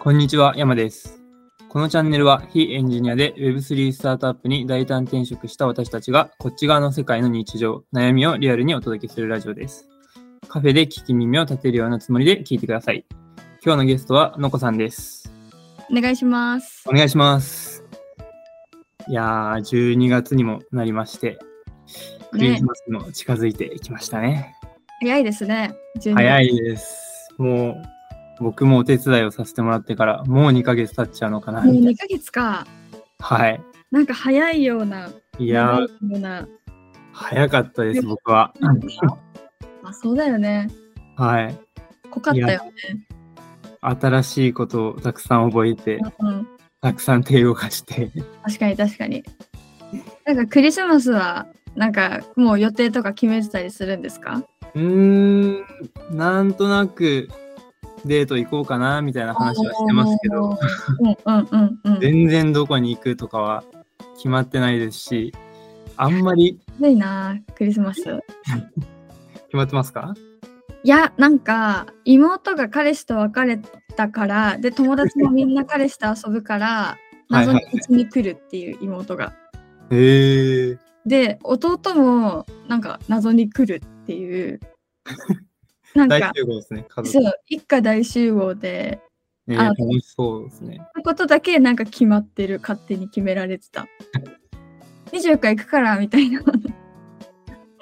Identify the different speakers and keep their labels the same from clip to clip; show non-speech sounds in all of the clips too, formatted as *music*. Speaker 1: こんにちは、山です。このチャンネルは非エンジニアで Web3 スタートアップに大胆転職した私たちがこっち側の世界の日常、悩みをリアルにお届けするラジオです。カフェで聞き耳を立てるようなつもりで聞いてください。今日のゲストはのこさんです。
Speaker 2: お願いします
Speaker 1: お。願いします。いやー、12月にもなりまして、クリスマスも近づいてきましたね。
Speaker 2: 早いですね。
Speaker 1: 早
Speaker 2: い。
Speaker 1: いです。もう僕もお手伝いをさせてもらってからもう2ヶ月経っちゃうのかな。
Speaker 2: もう2ヶ月か。
Speaker 1: はい。
Speaker 2: なんか早いような。
Speaker 1: いや
Speaker 2: 長
Speaker 1: ー
Speaker 2: い、ような。
Speaker 1: 早かったです、僕は。
Speaker 2: あ、そうだよね。
Speaker 1: はい。
Speaker 2: 濃かったよ。
Speaker 1: 新しいことをたくさん覚えて、
Speaker 2: うん、
Speaker 1: たくさん手を動かして。
Speaker 2: 確かに確かに。なんかクリスマスは、なんかもう予定とか決めてたりするんですか
Speaker 1: うーん、なんとなくデート行こうかな、みたいな話はしてますけど、。
Speaker 2: うんうんうんうん。す
Speaker 1: 全然どこに行くとかは決まってないですし、あんまり
Speaker 2: ごいな、クリスマス。
Speaker 1: 決まってますか
Speaker 2: いや、なんか妹が彼氏と別れたから、で、友達もみんな彼氏と遊ぶから、
Speaker 1: はい
Speaker 2: 謎
Speaker 1: は
Speaker 2: に
Speaker 1: いう
Speaker 2: ちに来るっていう妹が。
Speaker 1: へえ。
Speaker 2: で弟もなんか謎に来るっ
Speaker 1: *laughs*
Speaker 2: ていうなん
Speaker 1: 大
Speaker 2: か
Speaker 1: 集合ですね、家
Speaker 2: そ
Speaker 1: 族。
Speaker 2: う一家大集合で
Speaker 1: えー
Speaker 2: あ
Speaker 1: 楽しそうですね。
Speaker 2: そういうことだけなんか決まってる勝手に決められて
Speaker 1: *laughs*
Speaker 2: た24日行くからみたいな *laughs*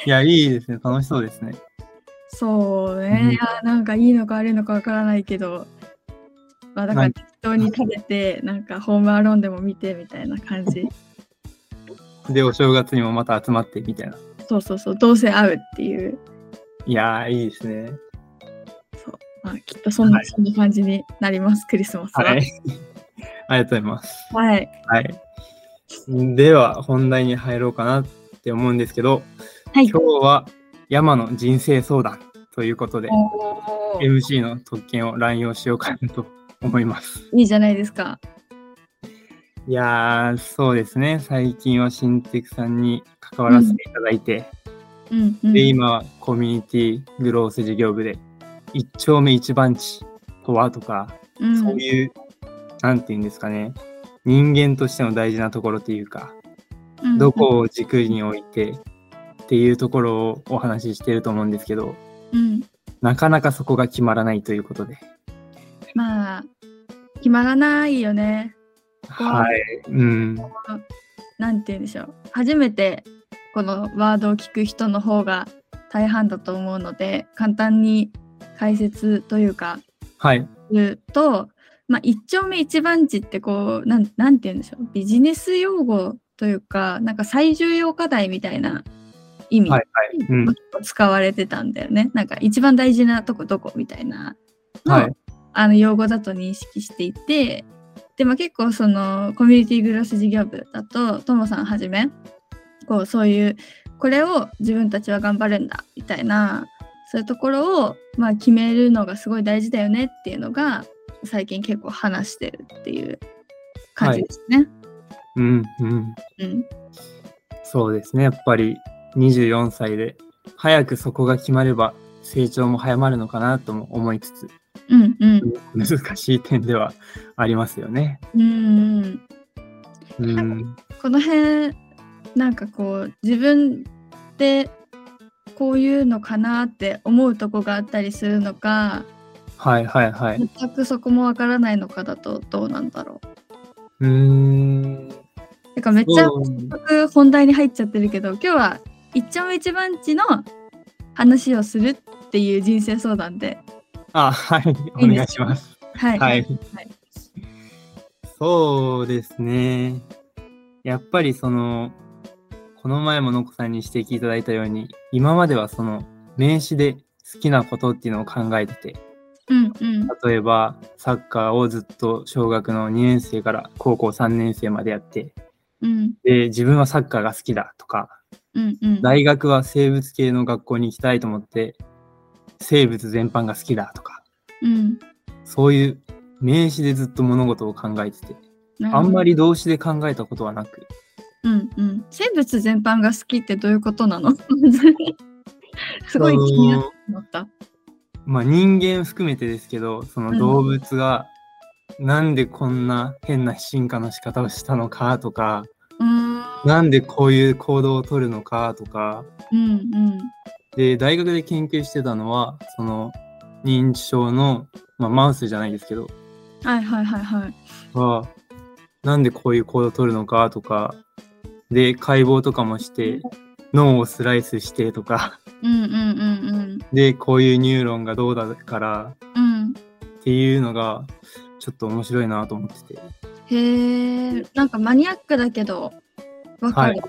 Speaker 1: いや、いいですね、楽しそうですね。
Speaker 2: そう
Speaker 1: うん
Speaker 2: ね、いやなんかいいのか悪いのかわからないけどまあだか
Speaker 1: は
Speaker 2: ら
Speaker 1: い
Speaker 2: 適当に食べてなんかホームアローンでも見てみたいな
Speaker 1: *laughs*
Speaker 2: 感じ
Speaker 1: で、お正月にもまた集まって、みたいな。
Speaker 2: そうそうそうどうせ会うっていう
Speaker 1: いやー、いいですね。
Speaker 2: そう、まあ、きっとそんな,、
Speaker 1: はい
Speaker 2: そんな感じになりますクリスマスは
Speaker 1: はい。ありがとうございます。
Speaker 2: はい
Speaker 1: はい。では、本題に入ろうかなって思うんですけど、
Speaker 2: はい
Speaker 1: 今日は山の人生相談ということで、
Speaker 2: おー
Speaker 1: MC の特権を乱用しようかなと思います。
Speaker 2: いいじゃないですか。
Speaker 1: いやー、そうですね。最近は新テクさんに関わらせていただいて、
Speaker 2: うんうん、
Speaker 1: で、今はコミュニティグロース事業部で、一丁目一番地とはとか、
Speaker 2: うん、
Speaker 1: そういう、なんていうんですかね、人間としての大事なところというか、
Speaker 2: うんうん
Speaker 1: どこを軸に置いてっていうところをお話ししてると思うんですけど、
Speaker 2: うん、
Speaker 1: なかなかそこが決まらないということで。
Speaker 2: まあ決まらないよね。は
Speaker 1: はい。うん。
Speaker 2: なんて言うんでしょう。初めてこのワードを聞く人の方が大半だと思うので簡単に解説というか
Speaker 1: はい。
Speaker 2: 言うと、まあ、一丁目一番地ってこうなんなんて言うんでしょうビジネス用語というかなんか最重要課題みたいな意味
Speaker 1: はい。はい。うん
Speaker 2: 結。構使われてたんだよね。なんか一番大事なとこどこみたいなのを、
Speaker 1: はい
Speaker 2: あの用語だと認識していて、でも結構そのコミュニティグロス事業部だとともさんはじめこうそういうこれを自分たちは頑張るんだみたいなそういうところを、まあ、決めるのがすごい大事だよねっていうのが最近結構話してるっていう感じですね。
Speaker 1: うん。うん。
Speaker 2: うん、
Speaker 1: そうですね。やっぱり24歳で、早くそこが決まれば成長も早まるのかなとも思いつつ、
Speaker 2: うん、うん、
Speaker 1: 難しい点ではありますよね。
Speaker 2: うんうん
Speaker 1: うん。
Speaker 2: この辺なんかこう自分でこういうのかなって思うとこがあったりするのか
Speaker 1: はいはいはい。
Speaker 2: 全くそこもわからないのかだとどうなんだろ
Speaker 1: うーん。
Speaker 2: う。てかめっちゃ
Speaker 1: そう
Speaker 2: 僕本題に入っちゃってるけど今日は一丁目一番地の話をするっていう人生相談で。
Speaker 1: あ、はい。お
Speaker 2: いいです
Speaker 1: 願いします。
Speaker 2: はい、
Speaker 1: はい
Speaker 2: はい
Speaker 1: そうですね。やっぱりその、この前ものこさんに指摘いただいたように、今まではその名詞で好きなことっていうのを考えてて、
Speaker 2: うんうん
Speaker 1: 例えばサッカーをずっと小学の2年生から高校3年生までやって、
Speaker 2: うん
Speaker 1: で、自分はサッカーが好きだとか、
Speaker 2: うんうん
Speaker 1: 大学は生物系の学校に行きたいと思って、生物全般が好きだとか、
Speaker 2: うん
Speaker 1: そういう名詞でずっと物事を考えてて、あんまり動詞で考えたことはなく、
Speaker 2: うんうん生物全般が好きってどういうこと
Speaker 1: *laughs*
Speaker 2: なのすごい気になってしまった。
Speaker 1: まあ、人間含めてですけどその動物がなんでこんな変な進化の仕方をしたのかとか、
Speaker 2: うーん
Speaker 1: なんでこういう行動をとるのかとか、
Speaker 2: うんうん
Speaker 1: で、大学で研究してたのは、その、認知症の、まあ、マウスじゃないですけど、
Speaker 2: はいはいはいはい
Speaker 1: は、なんでこういう行動をとるのかとか、で、解剖とかもして、脳をスライスしてとか、
Speaker 2: うんうんうん
Speaker 1: で、こういうニューロンがどうだから
Speaker 2: うんうん
Speaker 1: っていうのが、ちょっと面白いなと思ってて。
Speaker 2: へえなんかマニアックだけどわかる、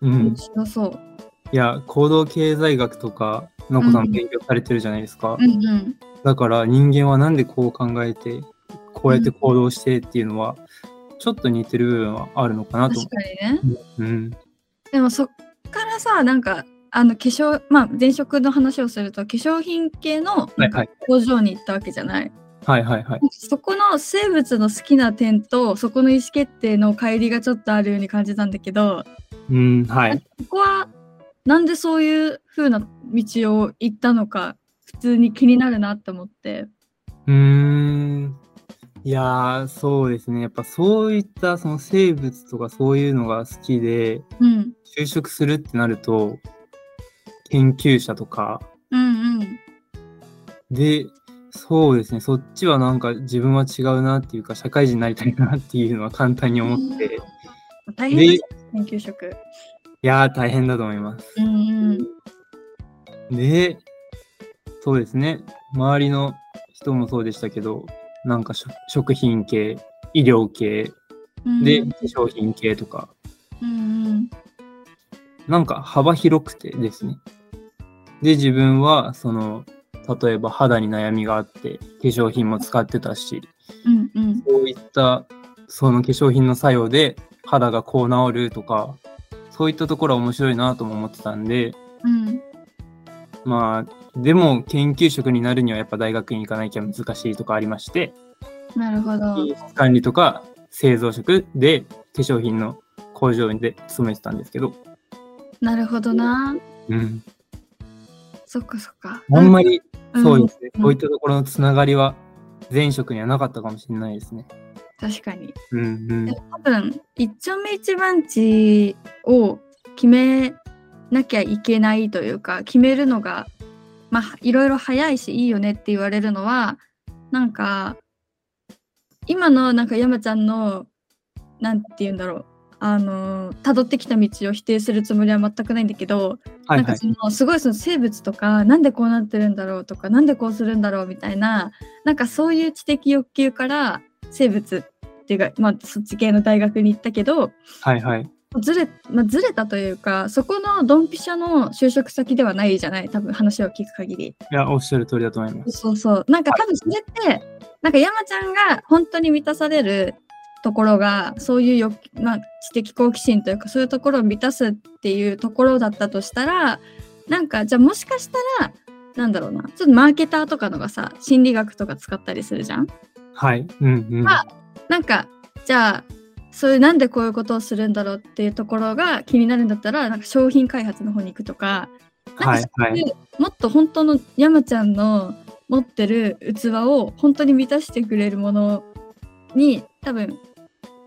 Speaker 1: う
Speaker 2: 面
Speaker 1: ん。
Speaker 2: 白そう
Speaker 1: いや、行動経済学とか、のこさんも勉強されてるじゃないですか。
Speaker 2: うんうん
Speaker 1: だから人間はなんでこう考えて、こうやって行動してっていうのは、ちょっと似てる部分はあるのかなと
Speaker 2: 確かにね
Speaker 1: うん。
Speaker 2: でもそっからさなんかあの化粧まあ前職の話をすると化粧品系の
Speaker 1: はいはい。
Speaker 2: 工場に行ったわけじゃない、
Speaker 1: はいはいはい。
Speaker 2: そこの生物の好きな点とそこの意思決定の乖離がちょっとあるように感じたんだけど
Speaker 1: うん、はい。
Speaker 2: ここはなんでそういう風な道を行ったのか普通に気になるなって思って。
Speaker 1: うーん。いやー、そうですね。やっぱそういったその生物とかそういうのが好きで、
Speaker 2: うん、
Speaker 1: 就職するってなると、研究者とか、
Speaker 2: うん、うん
Speaker 1: で、そうですね、そっちはなんか自分は違うなっていうか、社会人になりたいなっていうのは簡単に思って、い
Speaker 2: 大変だね研究職。
Speaker 1: やー、大変だと思います。
Speaker 2: うんうん
Speaker 1: で、そうですね、周りの人もそうでしたけど、なんか食食品系、医療系、
Speaker 2: うん、
Speaker 1: で、
Speaker 2: う
Speaker 1: 化
Speaker 2: ん
Speaker 1: 粧品系とか、
Speaker 2: うん
Speaker 1: なんか幅広くてですね。で、自分は、その、例えば肌に悩みがあって、化粧品も使ってたし、
Speaker 2: うんうん
Speaker 1: そういったその化粧品の作用で肌がこう治るとかそういったところは面白いなとも思ってたんで
Speaker 2: うん
Speaker 1: まあでも研究職になるにはやっぱ大学に行かなきゃ難しいとかありまして
Speaker 2: なるほど。
Speaker 1: 管理とか製造職で化粧品の工場で勤めてたんですけど、
Speaker 2: なるほどな。
Speaker 1: うん、
Speaker 2: そっかそっか。
Speaker 1: あんまりそうですね、
Speaker 2: うん
Speaker 1: こういったところのつながりは前職にはなかったかもしれないですね。
Speaker 2: 確かに。
Speaker 1: うんうん
Speaker 2: でも多分一丁目一番地を決めなきゃいけないというか決めるのがまあいろいろ早いしいいよねって言われるのはなんか今のなんか山ちゃんのなんて言うんだろうあの辿ってきた道を否定するつもりは全くないんだけど、
Speaker 1: はいは
Speaker 2: なんか
Speaker 1: い
Speaker 2: そ。のすごいその生物とかなんでこうなってるんだろうとかなんでこうするんだろうみたいななんかそういう知的欲求から生物っていうか、まあ、そっち系の大学に行ったけど
Speaker 1: はいはい。
Speaker 2: ずれ,、まあ、ずれたというかそこのドンピシャの就職先ではないじゃない多分話を聞く限り。
Speaker 1: いや、おっしゃる通りだと思います。
Speaker 2: そうそうなんか多分それってなんか山ちゃんが本当に満たされるところがそういう欲、まあ、知的好奇心というかそういうところを満たすっていうところだったとしたらなんかじゃあもしかしたらなんだろうなちょっとマーケターとかのがさ心理学とか使ったりするじゃん
Speaker 1: はい。うんうん。
Speaker 2: まあなんかじゃあそういうなんでこういうことをするんだろうっていうところが気になるんだったらなんか商品開発の方に行くとかな
Speaker 1: は
Speaker 2: ん
Speaker 1: い
Speaker 2: か
Speaker 1: は
Speaker 2: そう
Speaker 1: い。
Speaker 2: いうもっと本当の山ちゃんの持ってる器を本当に満たしてくれるものに多分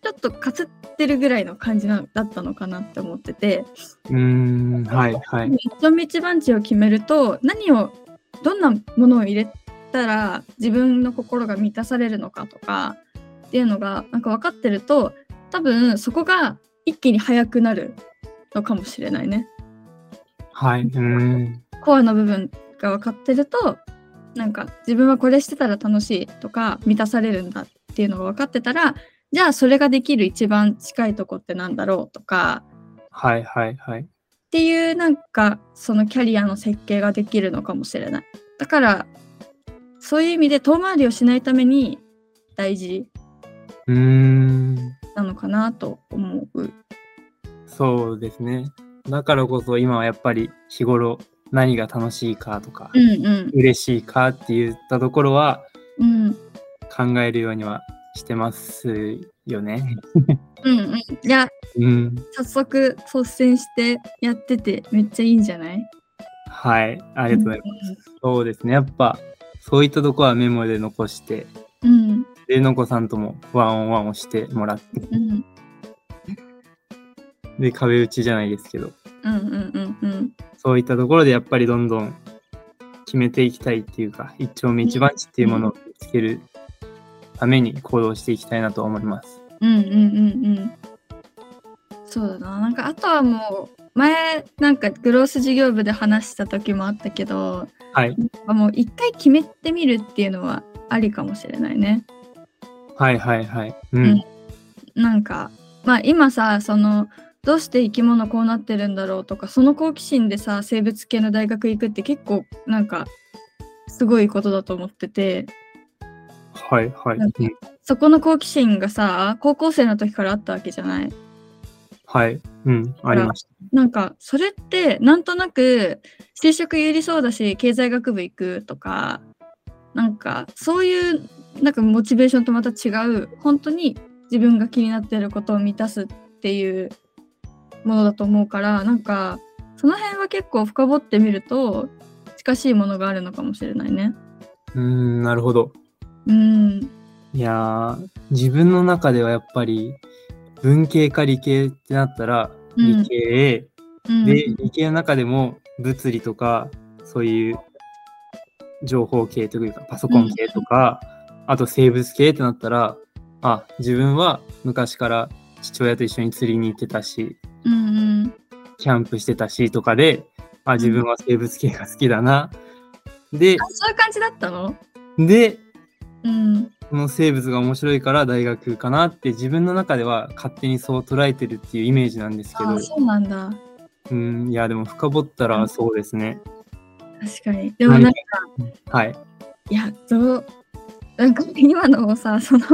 Speaker 2: ちょっとかすってるぐらいの感じなだったのかなって思ってて
Speaker 1: うーん、はいはい。
Speaker 2: 一丁目一番地を決めると何をどんなものを入れたら自分の心が満たされるのかとかっていうのがなんか分かってると多分そこが一気に速くなるのかもしれないね。
Speaker 1: はい。うーん。
Speaker 2: コアの部分が分かってるとなんか自分はこれしてたら楽しいとか満たされるんだっていうのが分かってたらじゃあそれができる一番近いとこってなんだろうとか
Speaker 1: はいはいはい。
Speaker 2: っていうなんかそのキャリアの設計ができるのかもしれないだからそういう意味で遠回りをしないために大事
Speaker 1: うーん。
Speaker 2: なのかなと思う
Speaker 1: そうですね。だからこそ今はやっぱり日頃何が楽しいかとか、
Speaker 2: うんうん
Speaker 1: 嬉しいかって言ったところは
Speaker 2: うん
Speaker 1: 考えるようにはしてますよね。
Speaker 2: うんうんいや
Speaker 1: うん。
Speaker 2: 早速率先してやっててめっちゃいいんじゃない
Speaker 1: はい。あ
Speaker 2: あ
Speaker 1: りがとうございます。そうですね。やっぱそういったところはメモで残して、
Speaker 2: うん
Speaker 1: でのこさんともワンオンワンをしてもらって、
Speaker 2: うん
Speaker 1: で、壁打ちじゃないですけど、
Speaker 2: うんうんうんうん
Speaker 1: そういったところでやっぱりどんどん決めていきたいっていうか、一丁目一番地っていうものを見つけるために行動していきたいなと思います。
Speaker 2: うんうんうんうんそうだななんかあとはもう前なんかグロース事業部で話した時もあったけど
Speaker 1: はい。
Speaker 2: もう一回決めてみるっていうのはありかもしれないね。
Speaker 1: はいはいはい。うん。
Speaker 2: うんなんかまあ今さそのどうして生き物こうなってるんだろうとかその好奇心でさ生物系の大学行くって結構なんかすごいことだと思ってて
Speaker 1: はいはい。
Speaker 2: なんか
Speaker 1: うん
Speaker 2: そこの好奇心がさ高校生の時からあったわけじゃない
Speaker 1: はい。うん。ありました。
Speaker 2: なんかそれってなんとなく就職有利そうだし経済学部行くとかなんかそういうなんかモチベーションとまた違う本当に自分が気になってることを満たすっていうものだと思うからなんかその辺は結構深掘ってみると近しいものがあるのかもしれないね。
Speaker 1: うーん、なるほど。
Speaker 2: うん、
Speaker 1: いやー自分の中ではやっぱり文系か理系ってなったら
Speaker 2: うん
Speaker 1: 理系、
Speaker 2: うん、
Speaker 1: で理系の中でも物理とかそういう情報系というかパソコン系とか、あと生物系ってなったらあ自分は昔から父親と一緒に釣りに行ってたし
Speaker 2: うんうん
Speaker 1: キャンプしてたしとかであ自分は生物系が好きだな、で
Speaker 2: あそういう感じだったの、
Speaker 1: で
Speaker 2: うん
Speaker 1: この生物が面白いから大学かなって自分の中では勝手にそう捉えてるっていうイメージなんですけ
Speaker 2: あ
Speaker 1: ど
Speaker 2: そうなんだ
Speaker 1: うんいやでも深掘った
Speaker 2: う
Speaker 1: ら
Speaker 2: ん
Speaker 1: そうですね、
Speaker 2: 確かにでもなんか
Speaker 1: はい
Speaker 2: いやどうなんか今のもさその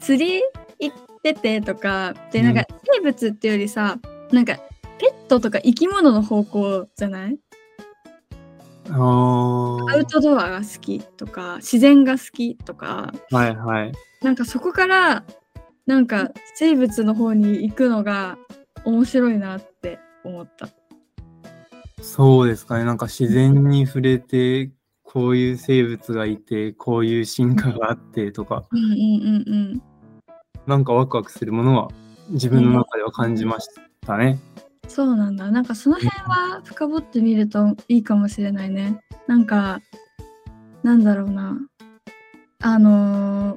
Speaker 2: 釣り行っててとかでなんか生物っていうよりさ、なんかペットとか生き物の方向じゃない
Speaker 1: ああ
Speaker 2: アウトドアが好きとか自然が好きとか
Speaker 1: はいはい
Speaker 2: なんかそこからなんか生物の方に行くのが面白いなって思った。
Speaker 1: そうですかねなんか自然に触れてこういう生物がいてこういう進化があってとか
Speaker 2: うんうんうんうん
Speaker 1: なんかワクワクするものは自分の中では感じましたね、
Speaker 2: そうなんだ。なんかその辺は深掘ってみるといいかもしれないね。なんか、なんだろうな。あのー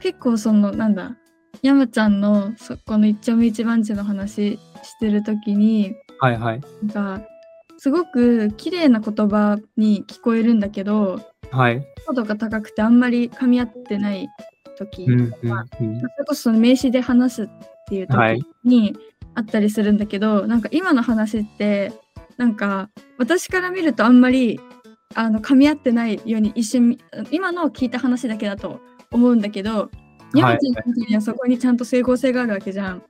Speaker 2: 結構その、なんだ、山ちゃんのそこの一丁目一番地の話してるときに、
Speaker 1: はいはい
Speaker 2: なんか、すごく綺麗な言葉に聞こえるんだけど、
Speaker 1: はい
Speaker 2: 高度が高くてあんまり噛み合ってない時
Speaker 1: うんうん
Speaker 2: まあ
Speaker 1: うん
Speaker 2: それこそその名詞で話すっていう時
Speaker 1: はい
Speaker 2: にあったりするんだけど、なんか今の話ってなんか私から見るとあんまりあの噛み合ってないように一瞬今の聞いた話だけだと思うんだけど山ちゃんの時にはそこにちゃんと整合性があるわけじゃん。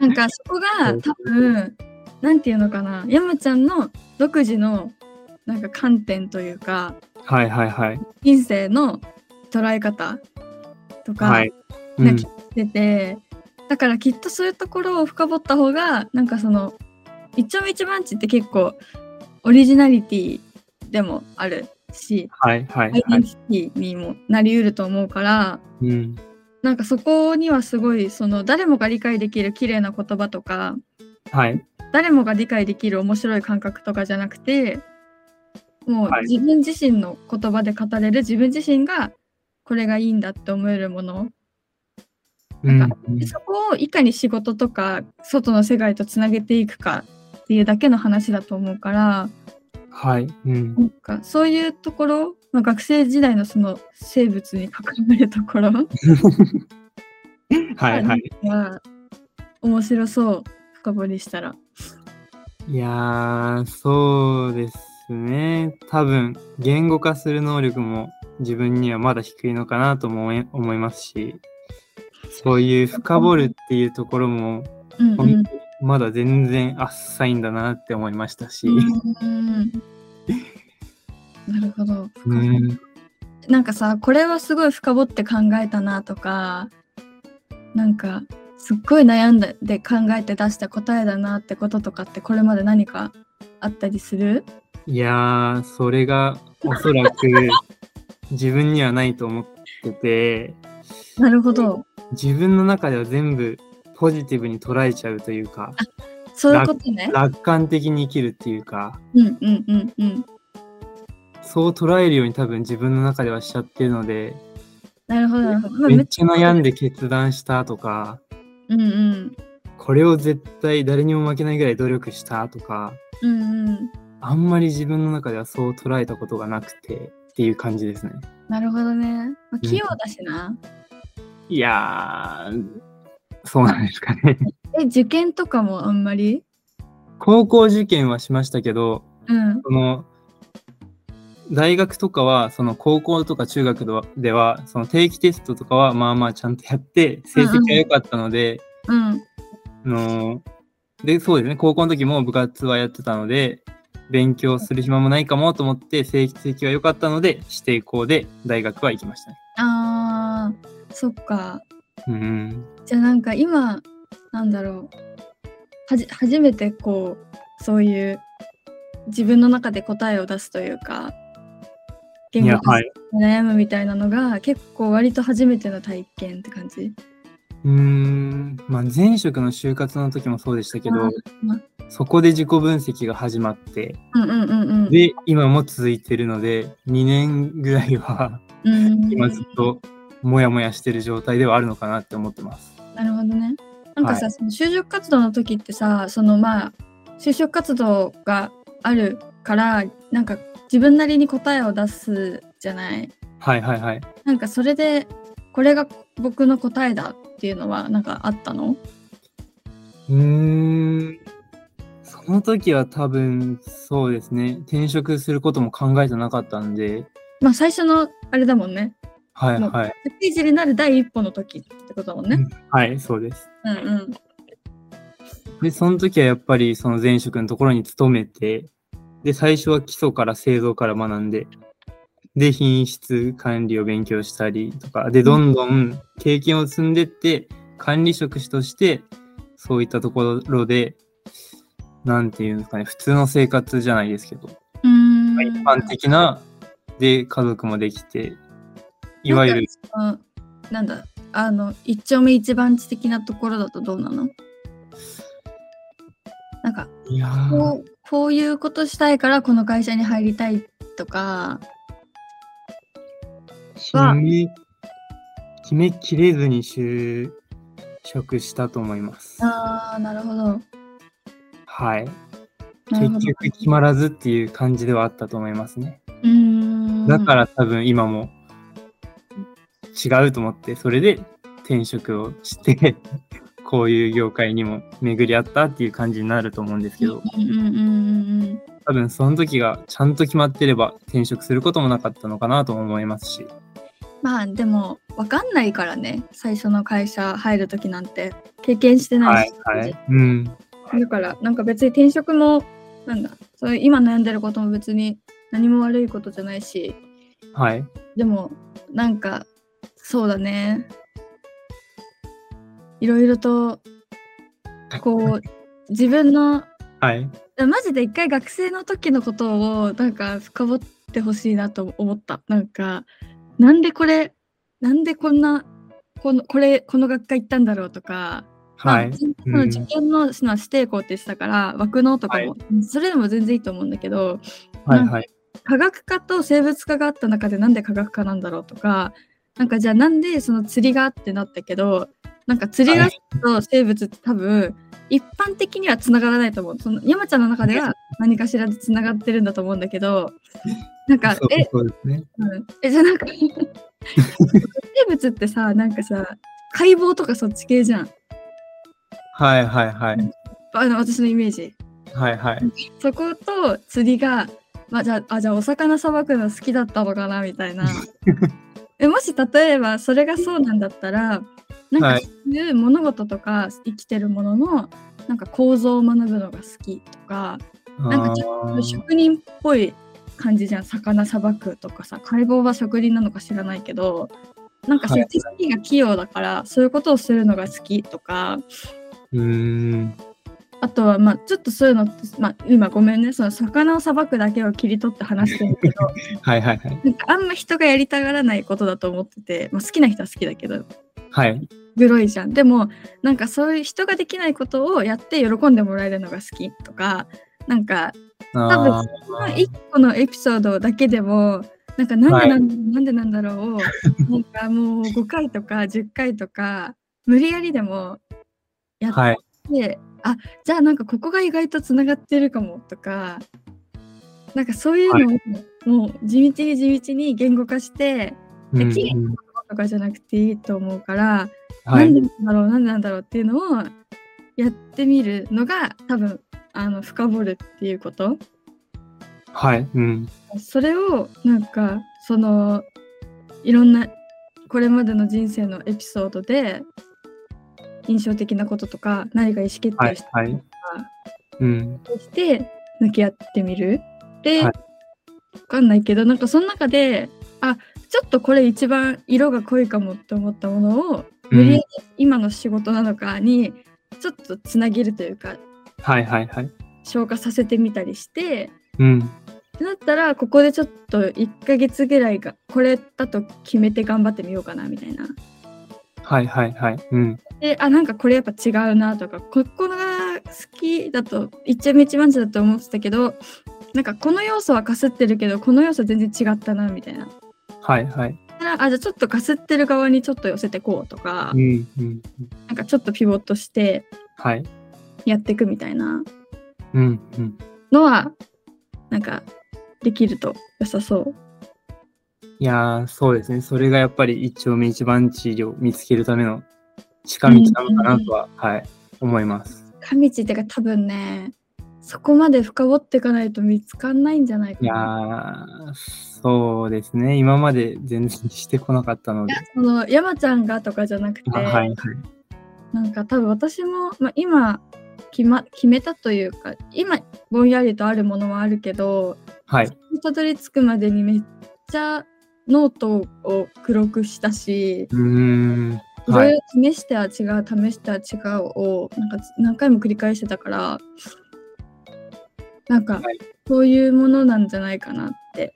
Speaker 2: なんかそこが多分なんていうのかな山ちゃんの独自のなんか観点というか
Speaker 1: はいはいはい
Speaker 2: 人生の捉え方とか、
Speaker 1: はい、う
Speaker 2: なん
Speaker 1: ん
Speaker 2: か、出て、だからきっとそういうところを深掘った方がなんかその一丁目一番地って結構オリジナリティでもあるし、
Speaker 1: はいはいは
Speaker 2: アイデン
Speaker 1: い
Speaker 2: ティティにもなりうると思うから
Speaker 1: うん
Speaker 2: なんかそこにはすごいその誰もが理解できる綺麗な言葉とか
Speaker 1: はい
Speaker 2: 誰もが理解できる面白い感覚とかじゃなくてもう
Speaker 1: はい
Speaker 2: 自分自身の言葉で語れる自分自身がこれがいいんだって思えるものなんか
Speaker 1: うん
Speaker 2: でそこをいかに仕事とか外の世界とつなげていくかっていうだけの話だと思うから
Speaker 1: はい、うん、
Speaker 2: なんかそういうところ、まあ、学生時代のその生物に関わるところ
Speaker 1: はいはい。
Speaker 2: が面白そう深掘りしたら。
Speaker 1: いやー、そうですね。多分、言語化する能力も自分にはまだ低いのかなとも思い思いますし、そういう深掘るっていうところも、
Speaker 2: うんうん
Speaker 1: 本当にまだ全然あっさいんだなって思いましたし、
Speaker 2: うんなるほど、
Speaker 1: うん、
Speaker 2: なんかさこれはすごい深掘って考えたなとかなんかすっごい悩んだで考えて出した答えだなってこととかってこれまで何かあったりする *laughs*
Speaker 1: いやー、それがおそらく自分にはないと思ってて、
Speaker 2: なるほど。
Speaker 1: 自分の中では全部ポジティブに捉えちゃうという
Speaker 2: *laughs*
Speaker 1: か、
Speaker 2: そういうことね。
Speaker 1: 楽観的に生きるっていうか、
Speaker 2: うんうんうんうん。
Speaker 1: そう捉えるように多分自分の中ではしちゃってるので、
Speaker 2: なるほどなるほど。まあ
Speaker 1: めっちゃ悩んで決断したとか、
Speaker 2: うんうん。
Speaker 1: これを絶対誰にも負けないぐらい努力したとか、
Speaker 2: うんうん。
Speaker 1: あんまり自分の中ではそう捉えたことがなくてっていう感じですね。
Speaker 2: なるほどね。まあ、器用だしな。
Speaker 1: いやー、そうなんですか *laughs* ね。
Speaker 2: え、受験とかもあんまり
Speaker 1: 高校受験はしましたけど、
Speaker 2: うん。
Speaker 1: その大学とかはその高校とか中学ではではその定期テストとかはまあまあちゃんとやって成績が良かったので、
Speaker 2: うん。
Speaker 1: あのでそうですね高校の時も部活はやってたので勉強する暇もないかもと思って成績は良かったので指定校で大学は行きましたね。
Speaker 2: あー、そっか。
Speaker 1: うん
Speaker 2: じゃあなんか今、なんだろう。はじ初めてこう、そういう自分の中で答えを出すというか、言
Speaker 1: いや
Speaker 2: 語化
Speaker 1: は
Speaker 2: し
Speaker 1: い、
Speaker 2: 悩むみたいなのが、結構割と初めての体験って感じ。
Speaker 1: うーんまあ前職の就活の時もそうでしたけど
Speaker 2: まあ
Speaker 1: そこで自己分析が始まって
Speaker 2: うんうんうんうん。
Speaker 1: で今も続いてるので2年ぐらいは
Speaker 2: うん
Speaker 1: 今ずっとモヤモヤしてる状態ではあるのかなって思ってます。
Speaker 2: なるほどね。なんかさ、
Speaker 1: は
Speaker 2: その就職活動の時ってさ、そのまあ就職活動があるから、なんか自分なりに答えを出すじゃない。
Speaker 1: はいはいはい。
Speaker 2: なんかそれでこれが僕の答えだっていうのはなんかあったの？
Speaker 1: うーん。その時は多分そうですね。転職することも考えてなかったんで、
Speaker 2: まあ最初のあれだもんね。
Speaker 1: はい
Speaker 2: もう
Speaker 1: はい。
Speaker 2: ステージになる第一歩の時ってことだもんね。
Speaker 1: はい、そうです。
Speaker 2: うんうん。
Speaker 1: で、その時はやっぱりその前職のところに勤めて、で、最初は基礎から製造から学んで、で、品質管理を勉強したりとか、で、どんどん経験を積んでって、管理職として、そういったところで、なんていうんですかね、普通の生活じゃないですけど、
Speaker 2: うーん。
Speaker 1: 一般的な、で、家族もできて、いわゆる、
Speaker 2: なんかそのなんだあの一丁目一番地的なところだとどうなの？なんか
Speaker 1: いやー
Speaker 2: こうこういうことしたいからこの会社に入りたいとか、
Speaker 1: 決
Speaker 2: は
Speaker 1: め、決めきれずに就職したと思います。
Speaker 2: ああ、なるほど。
Speaker 1: はい。
Speaker 2: な
Speaker 1: 結
Speaker 2: るほど。
Speaker 1: 局決まらずっていう感じではあったと思いますね。
Speaker 2: うーん。
Speaker 1: だから多分今も違うと思って、それで転職をして、 *laughs* こういう業界にも巡り合ったっていう感じになると思うんですけど、
Speaker 2: うんうんうんうんうん。
Speaker 1: 多分その時がちゃんと決まってれば転職することもなかったのかなとも思いますし、
Speaker 2: まあでも分かんないからね、最初の会社入るときなんて経験してな
Speaker 1: はいい
Speaker 2: し。
Speaker 1: はい。うん。
Speaker 2: だからなんか別に転職もなんだ、そういう今悩んでることも別に何も悪いことじゃないし、
Speaker 1: はい。
Speaker 2: でもなんかそうだねいろいろと
Speaker 1: *laughs*
Speaker 2: こう自分の
Speaker 1: はい。
Speaker 2: マジで一回学生の時のことをなんか深掘ってほしいなと思ったなんかなんでこれなんでこんなこのこれこの学科行ったんだろうとか、ま
Speaker 1: は
Speaker 2: あ
Speaker 1: い。
Speaker 2: その受験のその指定校って言ってたから枠のとかも、それでも全然いいと思うんだけど
Speaker 1: はい。はい。
Speaker 2: 科学科と生物科があった中でなんで科学科なんだろうとかなんかじゃあなんでその釣りがってなったけどなんか釣りがと生物って多分一般的にはつながらないと思うその山ちゃんの中では何かしらでつながってるんだと思うんだけどなんか
Speaker 1: そう
Speaker 2: え,、
Speaker 1: そうですね。
Speaker 2: うん、えじゃあ
Speaker 1: *laughs*
Speaker 2: なんか生物ってさなんかさ解剖とかそっち系じゃん
Speaker 1: はいはいはい。
Speaker 2: あの私のイメージ。
Speaker 1: はいはい。
Speaker 2: そこと釣りが、まあ、じゃああじゃあお魚さばくの好きだったのかなみたいな *laughs* えもし例えばそれがそうなんだったらなん
Speaker 1: は
Speaker 2: か
Speaker 1: い
Speaker 2: そういう物事とか生きてるもののなんか構造を学ぶのが好きとかなんかち
Speaker 1: ょ
Speaker 2: 職人っぽい感じじゃん魚さばくとかさ解剖は職人なのか知らないけどなんかそういう
Speaker 1: は
Speaker 2: 知識が器用だからそういうことをするのが好きとか
Speaker 1: うーん。
Speaker 2: あとは、まあ、ちょっとそういうのって、まあ、今ごめんね、その魚をさばくだけを切り取って話してるけど、
Speaker 1: はいはいはい。
Speaker 2: なんかあんま人がやりたがらないことだと思ってて、まあ、好きな人は好きだけど、
Speaker 1: はい。
Speaker 2: グロいじゃん。でも、なんかそういう人ができないことをやって喜んでもらえるのが好きとか、なんか多分
Speaker 1: あー
Speaker 2: その1個のエピソードだけでもなんかなんでなん,、なんでなんだろうをなんかもう5回とか10回とか無理やりでもやって、
Speaker 1: はい。
Speaker 2: あじゃあなんかここが意外とつながってるかもとかなんかそういうのを、もう地道に地道に言語化して
Speaker 1: うんう
Speaker 2: でき
Speaker 1: ん
Speaker 2: とかじゃなくていいと思うから、
Speaker 1: は
Speaker 2: なん
Speaker 1: い
Speaker 2: で。なんだろうなんでなんだろうっていうのをやってみるのが多分あの深掘るっていうこと。
Speaker 1: はい。うん。
Speaker 2: それをなんかそのいろんなこれまでの人生のエピソードで印象的なこととか何か意思決定
Speaker 1: は
Speaker 2: を
Speaker 1: い
Speaker 2: し。
Speaker 1: はい。うん。
Speaker 2: して向き合ってみる。で、
Speaker 1: はい
Speaker 2: わかんないけどなんかその中であちょっとこれ一番色が濃いかもって思ったものを
Speaker 1: う
Speaker 2: 無理や
Speaker 1: ん
Speaker 2: り。今の仕事なのかにちょっとつなげるというか
Speaker 1: はいはいはい。
Speaker 2: 消化させてみたりして
Speaker 1: うん。
Speaker 2: だったらここでちょっと1ヶ月ぐらいがこれだと決めて頑張ってみようかなみたいな。
Speaker 1: はいはいはい。うん。
Speaker 2: であなんかこれやっぱ違うなとかここのが好きだと一丁目一番地だと思ってたけどなんかこの要素はかすってるけどこの要素全然違ったなみたいな。
Speaker 1: はいはい。
Speaker 2: だからあじゃあちょっとかすってる側にちょっと寄せてこうとか、
Speaker 1: うん。うん。
Speaker 2: なんかちょっとピボットして
Speaker 1: はい。
Speaker 2: やっていくみたいな
Speaker 1: うん。うん。
Speaker 2: のはなんかできると良さそう。
Speaker 1: いやー、そうですね。それがやっぱり一丁目一番地を見つけるための近道なのかなとは、はい、思います。
Speaker 2: 神道ってか多分ねそこまで深掘っていかないと見つかんないんじゃないか
Speaker 1: いや
Speaker 2: な。
Speaker 1: ー、そうですね。今まで全然してこなかったので。
Speaker 2: その山ちゃんがとかじゃなくて、
Speaker 1: あはいはい。
Speaker 2: なんか多分私も、まあ、今決,、ま、決めたというか今ぼんやりとあるものはあるけど
Speaker 1: はい。
Speaker 2: たどり着くまでにめっちゃノートを黒くしたし。
Speaker 1: うーん。
Speaker 2: いろ
Speaker 1: はいい。
Speaker 2: ろ試しては違う、試しては違うをなんか何回も繰り返してたからなんか
Speaker 1: はい
Speaker 2: そういうものなんじゃないかなって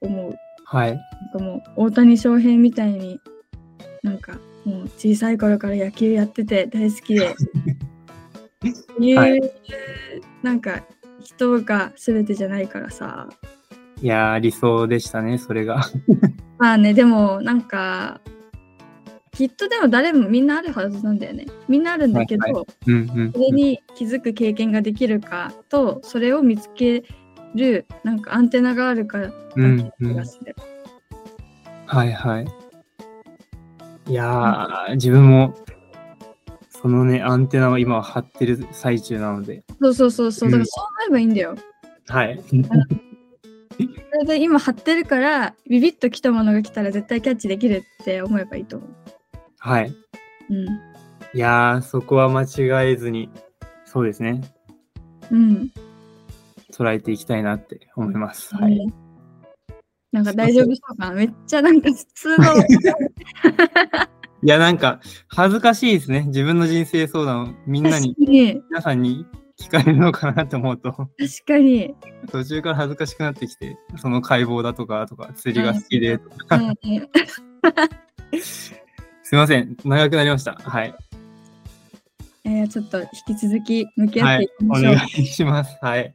Speaker 2: 思う。
Speaker 1: はい。
Speaker 2: なんかもう大谷翔平みたいになんかもう小さい頃から野球やってて大好きでいう、
Speaker 1: *laughs* はい
Speaker 2: なんか人が全てじゃないからさ
Speaker 1: いやー、理想でしたね、それ
Speaker 2: *laughs*
Speaker 1: が。
Speaker 2: まあねでもなんかきっとでも誰もみんなあるはずなんだよねみんなあるんだけど、
Speaker 1: はいうんうん
Speaker 2: それ
Speaker 1: うん。
Speaker 2: に気づく経験ができるかとそれを見つけるなんかアンテナがあるかだ
Speaker 1: う
Speaker 2: け
Speaker 1: ん
Speaker 2: な
Speaker 1: う
Speaker 2: 気
Speaker 1: ん
Speaker 2: が。する、
Speaker 1: はいはい。いやー、自分も、そのね、アンテナを今は張ってる最中なので。
Speaker 2: そうそうそうそうだ
Speaker 1: うん
Speaker 2: からそう思えばいいんだよ、
Speaker 1: はい。
Speaker 2: それで今貼ってるからビビッときたものが来たら絶対キャッチできるって思えばいいと思う。
Speaker 1: はい。
Speaker 2: うん。
Speaker 1: いやー、そこは間違えずに、そうですね、
Speaker 2: うん。
Speaker 1: 捉えていきたいなって思います。はい。
Speaker 2: うんなんか大丈夫そうかなめっちゃなんか普通
Speaker 1: *laughs*
Speaker 2: の。
Speaker 1: いや、なんか、恥ずかしいですね。自分の人生相談をみんなに
Speaker 2: *laughs* 確、かに。
Speaker 1: 皆さんに聞かれるのかなと思うと、 *laughs*
Speaker 2: 確かに。
Speaker 1: 途中から恥ずかしくなってきて、その解剖だとか、とか、釣りが好きで、 *laughs*
Speaker 2: うん
Speaker 1: すいません、長くなりました。はい。
Speaker 2: えー、ちょっと引き続き向き合っ
Speaker 1: は
Speaker 2: てい
Speaker 1: い、
Speaker 2: き
Speaker 1: お
Speaker 2: ましょう。
Speaker 1: 願いします。はい。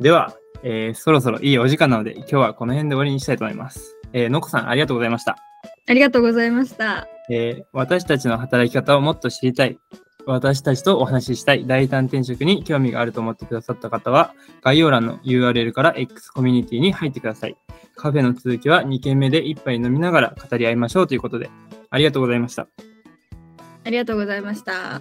Speaker 1: では、えーそろそろいいお時間なので、今日はこの辺で終わりにしたいと思います。えーのこさん、ありがとうございました。
Speaker 2: ありがとうございました。
Speaker 1: えー私たちの働き方をもっと知りたい。私たちとお話ししたい大胆転職に興味があると思ってくださった方は、概要欄の URL から X コミュニティに入ってください。カフェの続きは2軒目で一杯飲みながら語り合いましょうということで、ありがとうございました。
Speaker 2: ありがとうございました。